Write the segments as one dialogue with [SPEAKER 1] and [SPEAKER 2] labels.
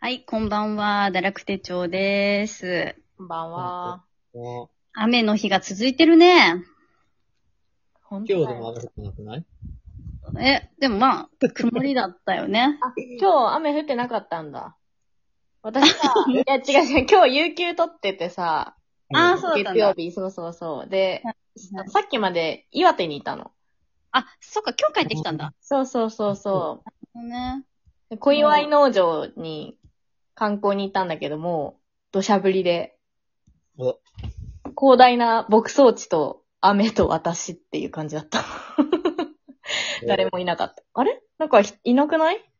[SPEAKER 1] はい、こんばんは。堕落手帳です。
[SPEAKER 2] こんばんは。
[SPEAKER 3] ね
[SPEAKER 1] 雨の日が続いてるね。
[SPEAKER 2] 今
[SPEAKER 3] 今日でも雨降ってなくない
[SPEAKER 1] え、でもまあ、曇りだったよね。
[SPEAKER 2] あ、今日雨降ってなかったんだ。私さ、いや違う違う、今日有給取っててさ、
[SPEAKER 1] あー
[SPEAKER 3] うん
[SPEAKER 1] そうだったん
[SPEAKER 2] 月
[SPEAKER 1] だ
[SPEAKER 2] 曜日、そうそうそう。で
[SPEAKER 1] は、
[SPEAKER 2] さっきまで岩手にいたの。
[SPEAKER 1] あ、そっか、今日帰ってきたんだ。
[SPEAKER 2] そうそうそうそ
[SPEAKER 1] ね。
[SPEAKER 2] う。で小祝農場に観光に行ったんだけども、土砂降りで、
[SPEAKER 3] お
[SPEAKER 2] 広大な牧草地と雨と私っていう感じだった。誰もいなかった。あれなんかひいなくない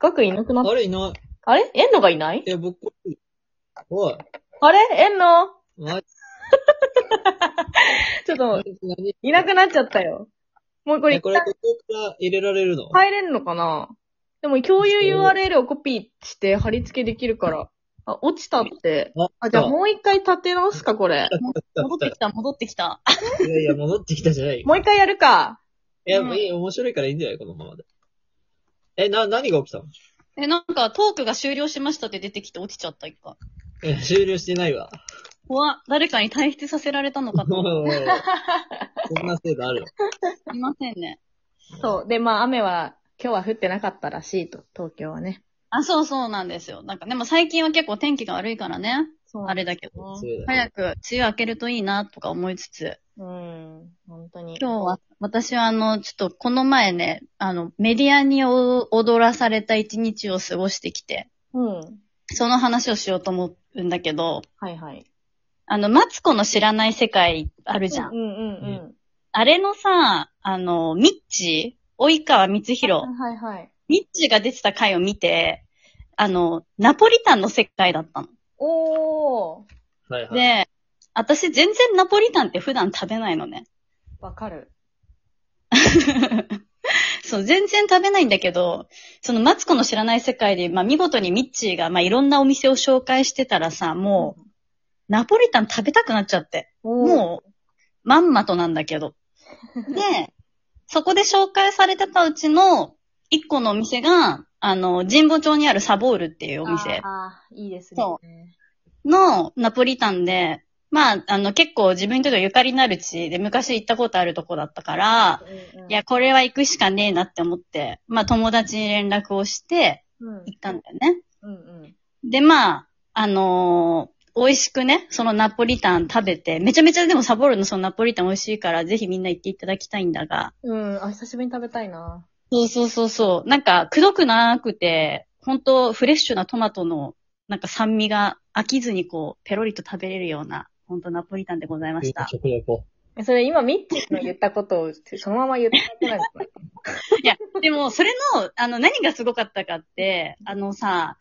[SPEAKER 2] ガクいなくなった
[SPEAKER 3] あれいない。
[SPEAKER 2] あれエンノがいない
[SPEAKER 3] いや、僕、おい、
[SPEAKER 2] あれエンノ
[SPEAKER 3] マジ
[SPEAKER 2] ちょっと、
[SPEAKER 3] で何
[SPEAKER 2] いなくなっちゃったよ。もうこれ
[SPEAKER 3] え
[SPEAKER 2] 一
[SPEAKER 3] これ、
[SPEAKER 2] 旦
[SPEAKER 3] ここから入れられるの
[SPEAKER 2] 入れんのかなでも共有 URL をコピーして貼り付けできるから。あ、落ちたって。あ、じゃあもう一回立て直すか、これ。
[SPEAKER 1] 戻ってきた、戻ってきた。
[SPEAKER 3] いやいや、戻ってきたじゃない。い
[SPEAKER 2] もう一回やるか。
[SPEAKER 3] や、もういい、面白いからいいんじゃないこのままで。え、な、何が起きたの
[SPEAKER 1] え、なんか、トークが終了しましたって出てきて落ちちゃった、一回。
[SPEAKER 3] え、終了し てないわ。
[SPEAKER 1] 怖っ誰かに退出させられたのかと
[SPEAKER 3] もう
[SPEAKER 1] 思い
[SPEAKER 3] もうもうそんな制度あるの
[SPEAKER 1] ませんね。
[SPEAKER 2] そう。で、まあ雨は、今日は降ってなかったらしいと、東京はね。
[SPEAKER 1] あ、そうそうなんですよ。なんか、でも最近は結構天気が悪いからね。
[SPEAKER 2] そう
[SPEAKER 1] あれだけど。
[SPEAKER 3] そうだ
[SPEAKER 1] 早
[SPEAKER 3] ね
[SPEAKER 1] く梅雨明けるといいなとか思いつつ、
[SPEAKER 2] うん。本当に。
[SPEAKER 1] 今日は、私はあの、ちょっとこの前ね、あの、メディアにお踊らされた一日を過ごしてきて、
[SPEAKER 2] うん。
[SPEAKER 1] その話をしようと思うんだけど、
[SPEAKER 2] はいはい。
[SPEAKER 1] あの、マツコの知らない世界あるじゃん。
[SPEAKER 2] うんうんうん。
[SPEAKER 1] あれのさ、あの、ミッチー、及川光
[SPEAKER 2] は
[SPEAKER 1] 弘、
[SPEAKER 2] いはいはい。
[SPEAKER 1] ミッチーが出てた回を見て、あの、ナポリタンの世界だったの。
[SPEAKER 2] おー。
[SPEAKER 3] はいはい。
[SPEAKER 1] で、私全然ナポリタンって普段食べないのね。
[SPEAKER 2] わかる。
[SPEAKER 1] そう、全然食べないんだけど、そのマツコの知らない世界で、まあ見事にミッチーが、まあいろんなお店を紹介してたらさ、もう、ナポリタン食べたくなっちゃって。
[SPEAKER 2] も
[SPEAKER 1] もう、まんまとなんだけど。で、そこで紹介されてたうちの、一個のお店が、あの、神保町にあるサボールっていう
[SPEAKER 2] う
[SPEAKER 1] お店
[SPEAKER 2] ああ、いいですね。
[SPEAKER 1] そのナポリタンで、まあ、あの、結構自分にとってはゆかりのある地で昔行ったことあるとこだったから、
[SPEAKER 2] うんうん
[SPEAKER 1] いや、、これは行くしかねえなって思って、まあ友達に連絡をして
[SPEAKER 2] うん、
[SPEAKER 1] 行ったんだよね。
[SPEAKER 2] うんうん。
[SPEAKER 1] で、まあ、あのー美味しくね、そのナポリタン食べて、めちゃめちゃでもサボるのそのナポリタン美味しいから、ぜひみんな行っていただきたいんだが。
[SPEAKER 2] うん、あ、久しぶりに食べたいな。
[SPEAKER 1] そうそうそうそう。なんか、くどくなくて、本当フレッシュなトマトの、なんか酸味が飽きずにこう、ペロリと食べれるような、本当ナポリタンでございました。
[SPEAKER 3] 食レポ。
[SPEAKER 2] えそれ今、ミッチーの言ったことを、そのまま言っただけなんじゃない
[SPEAKER 1] いや、でも、それの、あの、何がすごかったかって、あのさ、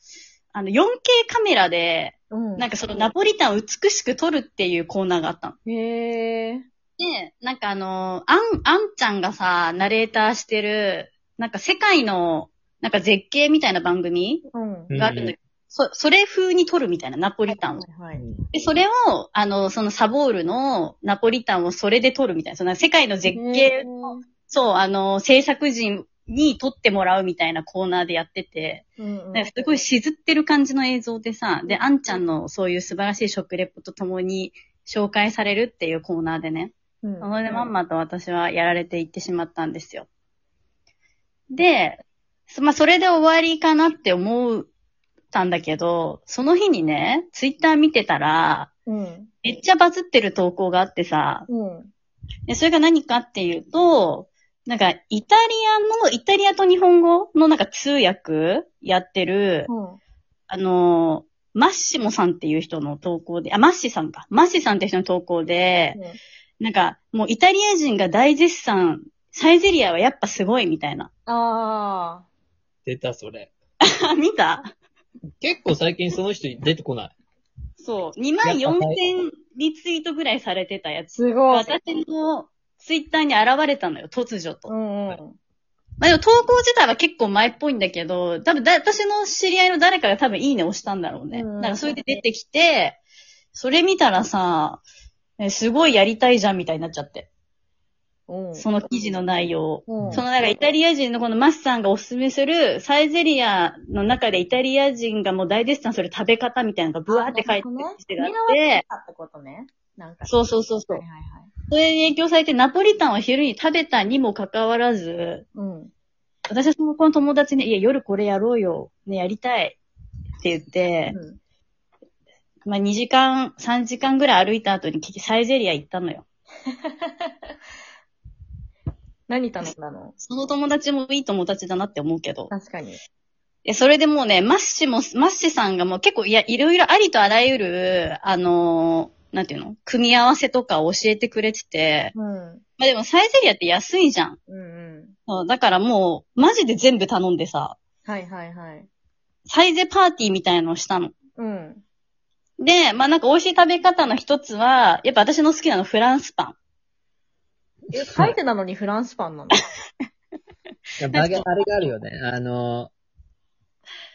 [SPEAKER 1] あの、4K カメラで、
[SPEAKER 2] うん
[SPEAKER 1] なんかそのナポリタンを美しく撮るっていうコーナーがあったの。
[SPEAKER 2] へえ。
[SPEAKER 1] で、なんかあの、あん、あんちゃんがさ、ナレーターしてる、なんか世界の、なんか絶景みたいな番組
[SPEAKER 2] うん。
[SPEAKER 3] うん
[SPEAKER 1] があるんだけど、そ、それ風に撮るみたいな、ナポリタンを。
[SPEAKER 2] はいはい。
[SPEAKER 1] で、それを、あの、そのサボールのナポリタンをそれで撮るみたいな、その世界の絶
[SPEAKER 2] へ
[SPEAKER 1] 景
[SPEAKER 2] ー、
[SPEAKER 1] そう、あの、制作人に撮ってもらうみたいなコーナーでやってて、
[SPEAKER 2] うんうん
[SPEAKER 1] なんかすごいしずってる感じの映像でさ、で、あんちゃんのそういう素晴らしい食レポとともに紹介されるっていうコーナーでね、
[SPEAKER 2] うん
[SPEAKER 1] それでまんまと私はやられていってしまったんですよ。で、そまあ、それで終わりかなって思ったんだけど、その日にね、ツイッター見てたら、
[SPEAKER 2] うん。
[SPEAKER 1] めっちゃバズってる投稿があってさ、
[SPEAKER 2] うん。
[SPEAKER 1] でそれが何かっていうと、なんか、イタリアの、イタリアと日本語のなんか通訳やってる、
[SPEAKER 2] うん。
[SPEAKER 1] あのーマッシモさんっていう人の投稿で、あ、マッシさんか。マッシさんって人の投稿で、なんか、もうイタリア人が大絶賛、サイゼリアはやっぱすごいみたいな。
[SPEAKER 2] ああ。
[SPEAKER 3] 出た、それ。
[SPEAKER 1] あ、見た
[SPEAKER 3] 結構最近その人出てこない。
[SPEAKER 1] そう。2万4000リツイートぐらいされてたやつ。
[SPEAKER 2] すごい。
[SPEAKER 1] 私のツイッターに現れたのよ、突如と。
[SPEAKER 2] うんうん。
[SPEAKER 1] まあでも投稿自体は結構前っぽいんだけど、多分だ、私の知り合いの誰かが多分いいね押したんだろうね。
[SPEAKER 2] うん
[SPEAKER 1] なんかそれで出てきて、それ見たらさ、えすごいやりたいじゃんみたいになっちゃって。
[SPEAKER 2] うん。
[SPEAKER 1] その記事の内容を。
[SPEAKER 2] うん
[SPEAKER 1] そのなんかイタリア人のこのマスさんがおすすめするサイゼリアの中でイタリア人がもう大絶賛する食べ方みたいなのがブワーって書いてる記事があっ
[SPEAKER 2] みんな
[SPEAKER 1] て、
[SPEAKER 2] だってことね。なんか。
[SPEAKER 1] そうそうそうそう
[SPEAKER 2] はいはいはい。
[SPEAKER 1] それに影響されてナポリタンを昼に食べたにもかかわらず、
[SPEAKER 2] うん。
[SPEAKER 1] 私はその子の友達に、いや夜これやろうよ。ね、やりたい。って言って、
[SPEAKER 2] うん
[SPEAKER 1] まあ2時間、3時間ぐらい歩いた後にサイゼリア行ったのよ。
[SPEAKER 2] 何頼んだの
[SPEAKER 1] その友達もいい友達だなって思うけど。
[SPEAKER 2] 確かに。
[SPEAKER 1] いや、それでもうね、マッシュも、マッシュさんがもう結構、いや、いろいろありとあらゆる、あのーなんていうの組み合わせとかを教えてくれてて、
[SPEAKER 2] うん。うん
[SPEAKER 1] まあでもサイゼリアって安いじゃん。
[SPEAKER 2] うん。
[SPEAKER 1] そうだからもう、マジで全部頼んでさ、
[SPEAKER 2] はいはいはい。
[SPEAKER 1] サイゼパーティーみたいのをしたの。
[SPEAKER 2] うん。
[SPEAKER 1] で、まあなんか美味しい食べ方の一つは、やっぱ私の好きなのフランスパン。
[SPEAKER 2] え、書いてたのにフランスパ ンなの
[SPEAKER 3] いやバーゲンあれがあるよね。あの、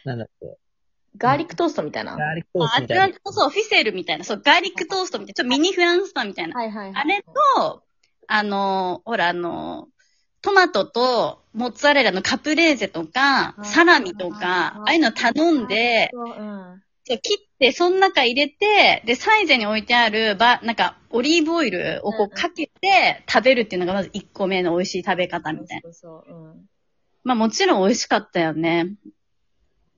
[SPEAKER 3] なんだっけ。
[SPEAKER 2] ガーリックトーストみたいな。
[SPEAKER 3] ガ
[SPEAKER 2] は
[SPEAKER 3] ーリックトー
[SPEAKER 1] ま
[SPEAKER 3] ス
[SPEAKER 1] あ、
[SPEAKER 3] ト
[SPEAKER 1] あ
[SPEAKER 3] み
[SPEAKER 1] ち
[SPEAKER 3] た
[SPEAKER 1] ら
[SPEAKER 3] いな。
[SPEAKER 1] そう、フィセルみたいな、そう、ガーリックトーストみたいな、ちょっとミニフランスパンみたいな。
[SPEAKER 2] いはいはい。
[SPEAKER 1] あれと、あの、ほら、あの、トマトとモッツァレラのカプレーゼとか、
[SPEAKER 2] はい
[SPEAKER 1] サラミとか、ああいうの頼んで、
[SPEAKER 2] そううん。
[SPEAKER 1] そう切って、その中入れて、で、サイゼに置いてある、ば、なんか、オリーブオイルをこ
[SPEAKER 2] う
[SPEAKER 1] う
[SPEAKER 2] ん
[SPEAKER 1] かけて食べるっていうのがまず1個目の美味しい食べ方みたいな。
[SPEAKER 2] そうそう、うん。
[SPEAKER 1] まあもちろん美味しかったよね。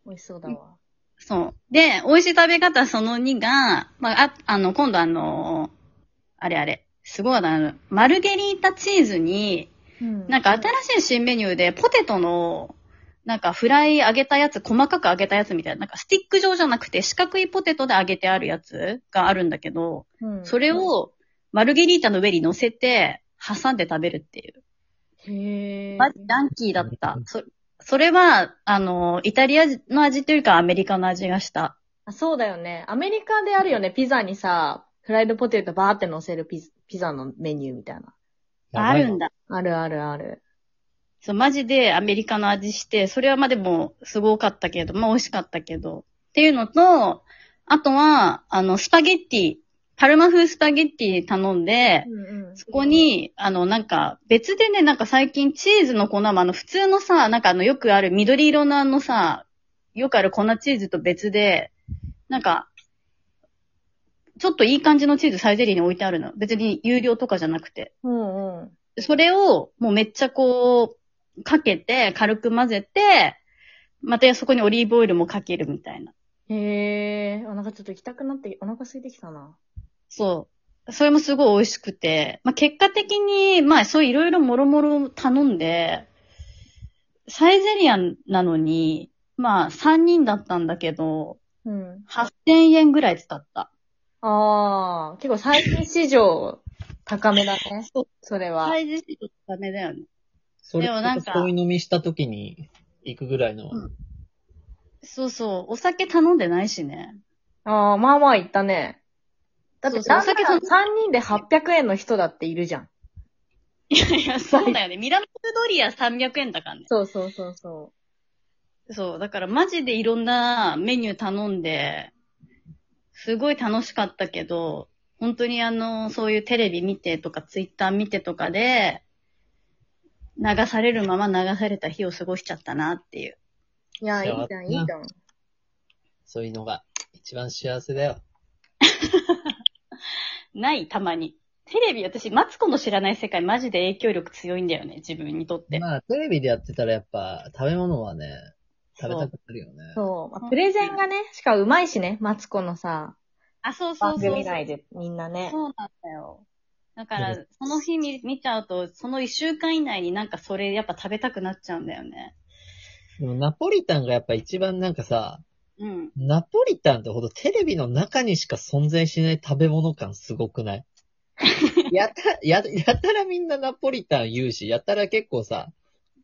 [SPEAKER 2] 美味しそうだわ。
[SPEAKER 1] そう。で、美味しい食べ方その2が、まあ、あ、あの、今度あの、あれあれ、すごいな、あの、マルゲリータチーズに、
[SPEAKER 2] うん
[SPEAKER 1] なんか新しい新メニューで、ポテトの、なんかフライ揚げたやつ、細かく揚げたやつみたいな、なんかスティック状じゃなくて四角いポテトで揚げてあるやつがあるんだけど、
[SPEAKER 2] うん
[SPEAKER 1] それ。をマルゲリータの上に乗せて、挟んで食べるっていう。
[SPEAKER 2] へぇ
[SPEAKER 1] マジランキーだった
[SPEAKER 3] うん。
[SPEAKER 1] そそれは、あの、イタリアの味というかアメリカの味がした。
[SPEAKER 2] あそうだよね。アメリカであるよね。ピザにさ、フライドポテトバーって乗せるピザピザのメニューみたいな。
[SPEAKER 1] あるん
[SPEAKER 3] だ。
[SPEAKER 1] だ。
[SPEAKER 2] あるあるある。
[SPEAKER 1] そう、マジでアメリカの味して、それはまあでも、すごかったけど、まあ美味しかったけど。っていうのと、あとは、あの、スパゲッティ、パルマ風スパゲッティ頼んで、
[SPEAKER 2] うんうん
[SPEAKER 1] そこ、に、あの、なんか、別でね、なんか最近チーズの粉も、あの、普通のさ、なんかあの、よくある緑色のあのさ、よくある粉チーズと別で、なんか、ちょっといい感じのチーズサイゼリーに置いてあるの。別に有料とかじゃなくて。
[SPEAKER 2] うんうん。
[SPEAKER 1] それを、もうめっちゃこう、かけて、軽く混ぜて、またそこにオリーブオイルもかけるみたいな。
[SPEAKER 2] へえ、あ、なんかちょっと行きたくなって、お腹空いてきたな。
[SPEAKER 1] そう。それもすごい美味しくて、まあ、結果的に、まあ、そういろいろもろもろ頼んで、サイゼリアなのに、まあ、3人だったんだけど、
[SPEAKER 2] うん。
[SPEAKER 1] 8000円ぐらい使った。
[SPEAKER 2] ああ、結構最近市場高めだね。
[SPEAKER 1] そう
[SPEAKER 2] それは。
[SPEAKER 1] サイゼリアダメだよね。
[SPEAKER 3] それ
[SPEAKER 1] でもなんか
[SPEAKER 3] そういう飲みした時に行くぐらいの。
[SPEAKER 1] うんそうそう。お酒頼んでないしね。
[SPEAKER 2] ああ、まあまあ行ったね。だって、
[SPEAKER 1] そうそう
[SPEAKER 2] なんなら
[SPEAKER 1] お
[SPEAKER 2] 3
[SPEAKER 1] 酒
[SPEAKER 2] 人で800円の人だっているじゃん。
[SPEAKER 1] いやいや、そうだよね。ミラノドリア300円だからね。
[SPEAKER 2] そうそうそうそ
[SPEAKER 1] そう、だからマジでいろんなメニュー頼んで、すごい楽しかったけど、本当にあの、そういうテレビ見てとか、ツイッター見てとかで、流されるまま流された日を過ごしちゃったなっていう。
[SPEAKER 2] う。いや、い
[SPEAKER 3] 幸せ
[SPEAKER 2] いじゃん、いいじゃん。
[SPEAKER 3] そういうのが一番幸せだよ。
[SPEAKER 1] ない、たまに。テレビ、私、マツコの知らない世界、マジで影響力強いんだよね、自分にとって。
[SPEAKER 3] まあ、テレビでやってたらやっぱ食べ物はね、食べたくなるよね。
[SPEAKER 2] そう。まあプレゼンがね、しかうまいしね、マツコのさ、
[SPEAKER 1] あ、そうそう
[SPEAKER 2] 番
[SPEAKER 1] そうそう。
[SPEAKER 2] 組内でみんなね。
[SPEAKER 1] そうなんだよ。だか
[SPEAKER 3] う
[SPEAKER 1] ら、その日見見ちゃうと、その一週間以内になんかそれやっぱ食べたくなっちゃうんだよね。
[SPEAKER 3] でもナポリタンがやっぱ一番なんかさ、
[SPEAKER 1] うん。
[SPEAKER 3] ナポリタンってほどテレビの中にしか存在しない食べ物感すごくない やた、や、やたらみんなナポリタン言うし、やたら結構さ、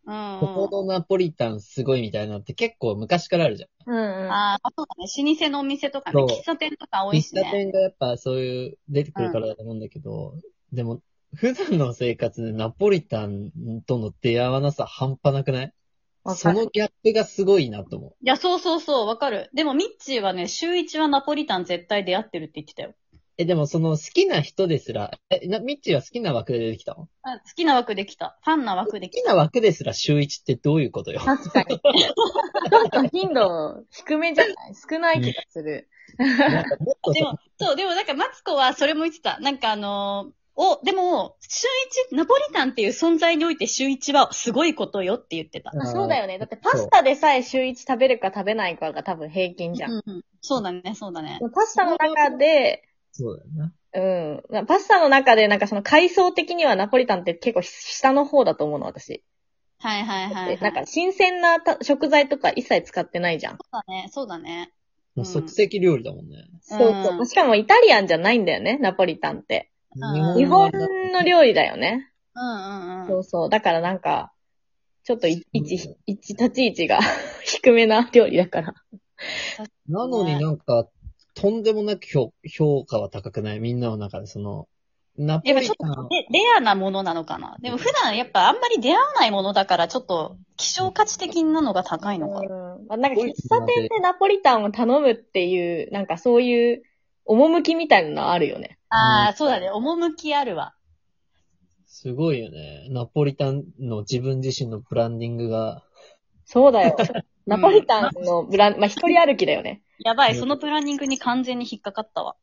[SPEAKER 1] うんうん。
[SPEAKER 3] ここのナポリタンすごいみたいなのって結構昔からあるじゃ
[SPEAKER 2] うんうん。
[SPEAKER 1] ああ、そうだね。老舗のお店とかね、
[SPEAKER 3] そう
[SPEAKER 1] 喫茶店とか
[SPEAKER 3] ん。
[SPEAKER 1] 多い
[SPEAKER 3] 喫
[SPEAKER 1] し
[SPEAKER 3] 茶
[SPEAKER 1] ね。
[SPEAKER 3] 店がやっぱそういう出てくるからだと思うんだけど、でも、普段の生活でナポリタンとの出会わなさ半端なくない
[SPEAKER 2] わ
[SPEAKER 3] そ
[SPEAKER 2] かる
[SPEAKER 3] のギャップがすごいなと思う。
[SPEAKER 1] いや、そうそうそう、わかる。でも、ミッチーはね、週一はナポリタン絶対出会ってるって言ってたよ。
[SPEAKER 3] え、でもその好きな人ですら、え、な、ミッチーは好きな枠で出てきたの好
[SPEAKER 1] あ好きな枠できた。ファンな枠でき
[SPEAKER 3] きな枠ですら週一ってどういうことよ。
[SPEAKER 2] 確か に。ちょっと頻度低めじゃない少ない気がする。
[SPEAKER 3] なんかもっ
[SPEAKER 1] た。
[SPEAKER 3] と
[SPEAKER 1] でも
[SPEAKER 3] さ、、
[SPEAKER 1] そう、でもなんかマツコはそれも言ってた。なんかあのーお、でも、週一、ナポリタンっていう存在において週一はすごいことよって言ってた。
[SPEAKER 3] ん
[SPEAKER 2] あそうだよね。だってパスタでさえ週1食べるか食べないかが多分平均じゃん。
[SPEAKER 1] うんうん、そうだね、そうだね。
[SPEAKER 2] パスタの中で、
[SPEAKER 3] そうだよな。
[SPEAKER 2] うん。パスタの中でなんかその階層的にはナポリタンって結構下の方だと思うの、私。
[SPEAKER 1] はいはいはい、はい。
[SPEAKER 2] なんか新鮮なた食材とか一切使ってないじゃ
[SPEAKER 1] そ
[SPEAKER 2] ん。
[SPEAKER 1] うだね、そうだね。
[SPEAKER 3] もう即席料理だもんね。
[SPEAKER 1] うん
[SPEAKER 2] そうそう。しかもイタリアンじゃないんだよね、ナポリタンって。
[SPEAKER 1] うん
[SPEAKER 2] 日本
[SPEAKER 3] だ
[SPEAKER 2] の料理だよね。
[SPEAKER 1] うんうんう
[SPEAKER 2] そ
[SPEAKER 1] ん。
[SPEAKER 2] うそう。だからなんか、ちょっとい
[SPEAKER 3] うん
[SPEAKER 2] 一、一、立ち位置が 低めな料理だから。
[SPEAKER 3] なのになんか、とんでもなく評評価は高くないみんなの中で、その、ナポ
[SPEAKER 1] でも
[SPEAKER 3] リ
[SPEAKER 1] ちょっ
[SPEAKER 3] タン
[SPEAKER 1] と、レレアなものなのかな。でも普段やっぱあんまり出会わないものだからちょっと希少価値的なのが高いのかな。
[SPEAKER 2] うんまあ、なんか喫茶店でナポリタンを頼むっていう、なんかそういう、趣みたいなのあるよね。
[SPEAKER 1] ああ、そうだね。趣あるわ。
[SPEAKER 3] すごいよね。ナポリタンの自分自身のブランディングが、
[SPEAKER 2] そうだよ。ナポリタンのブラン、まあ、一人歩きだよね。
[SPEAKER 1] やばい、そのプランニングに完全に引っかかったわ。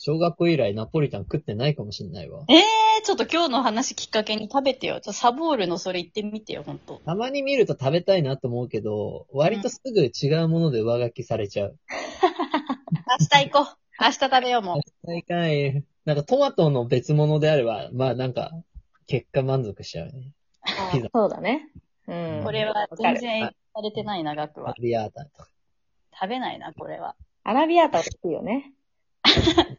[SPEAKER 3] 小学校以来ナポリタン食ってないかもしれないわ。
[SPEAKER 1] えーちょっと今日の話きっかけに食べてよ。ちょっとサボールのそれ言ってみてよ、ほんと。
[SPEAKER 3] たまに見ると食べたいなと思うけど、割とすぐ違うもので上書きされちゃう。
[SPEAKER 1] 明日行こう。明日食べよう、もう。
[SPEAKER 3] 大会、なんかトマトの別物であれば、まあなんか、結果満足しちゃうね。ピザ
[SPEAKER 2] そうだね。うん。
[SPEAKER 1] これは全然影響されてないな、額
[SPEAKER 3] ア
[SPEAKER 1] は。
[SPEAKER 3] リアータとか。
[SPEAKER 1] 食べないな、これは。
[SPEAKER 2] アラビアータ美味しい よね。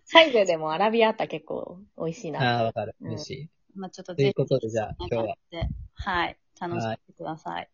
[SPEAKER 2] サイゼでもアラビアータ結構美味しいな。
[SPEAKER 3] ああ、わかる。
[SPEAKER 2] うん
[SPEAKER 3] 嬉しい。
[SPEAKER 1] まあ、ちょっと
[SPEAKER 3] とい
[SPEAKER 1] ぜ
[SPEAKER 3] うことで、じゃあ今日は。
[SPEAKER 1] ひ、はい、楽しんでください。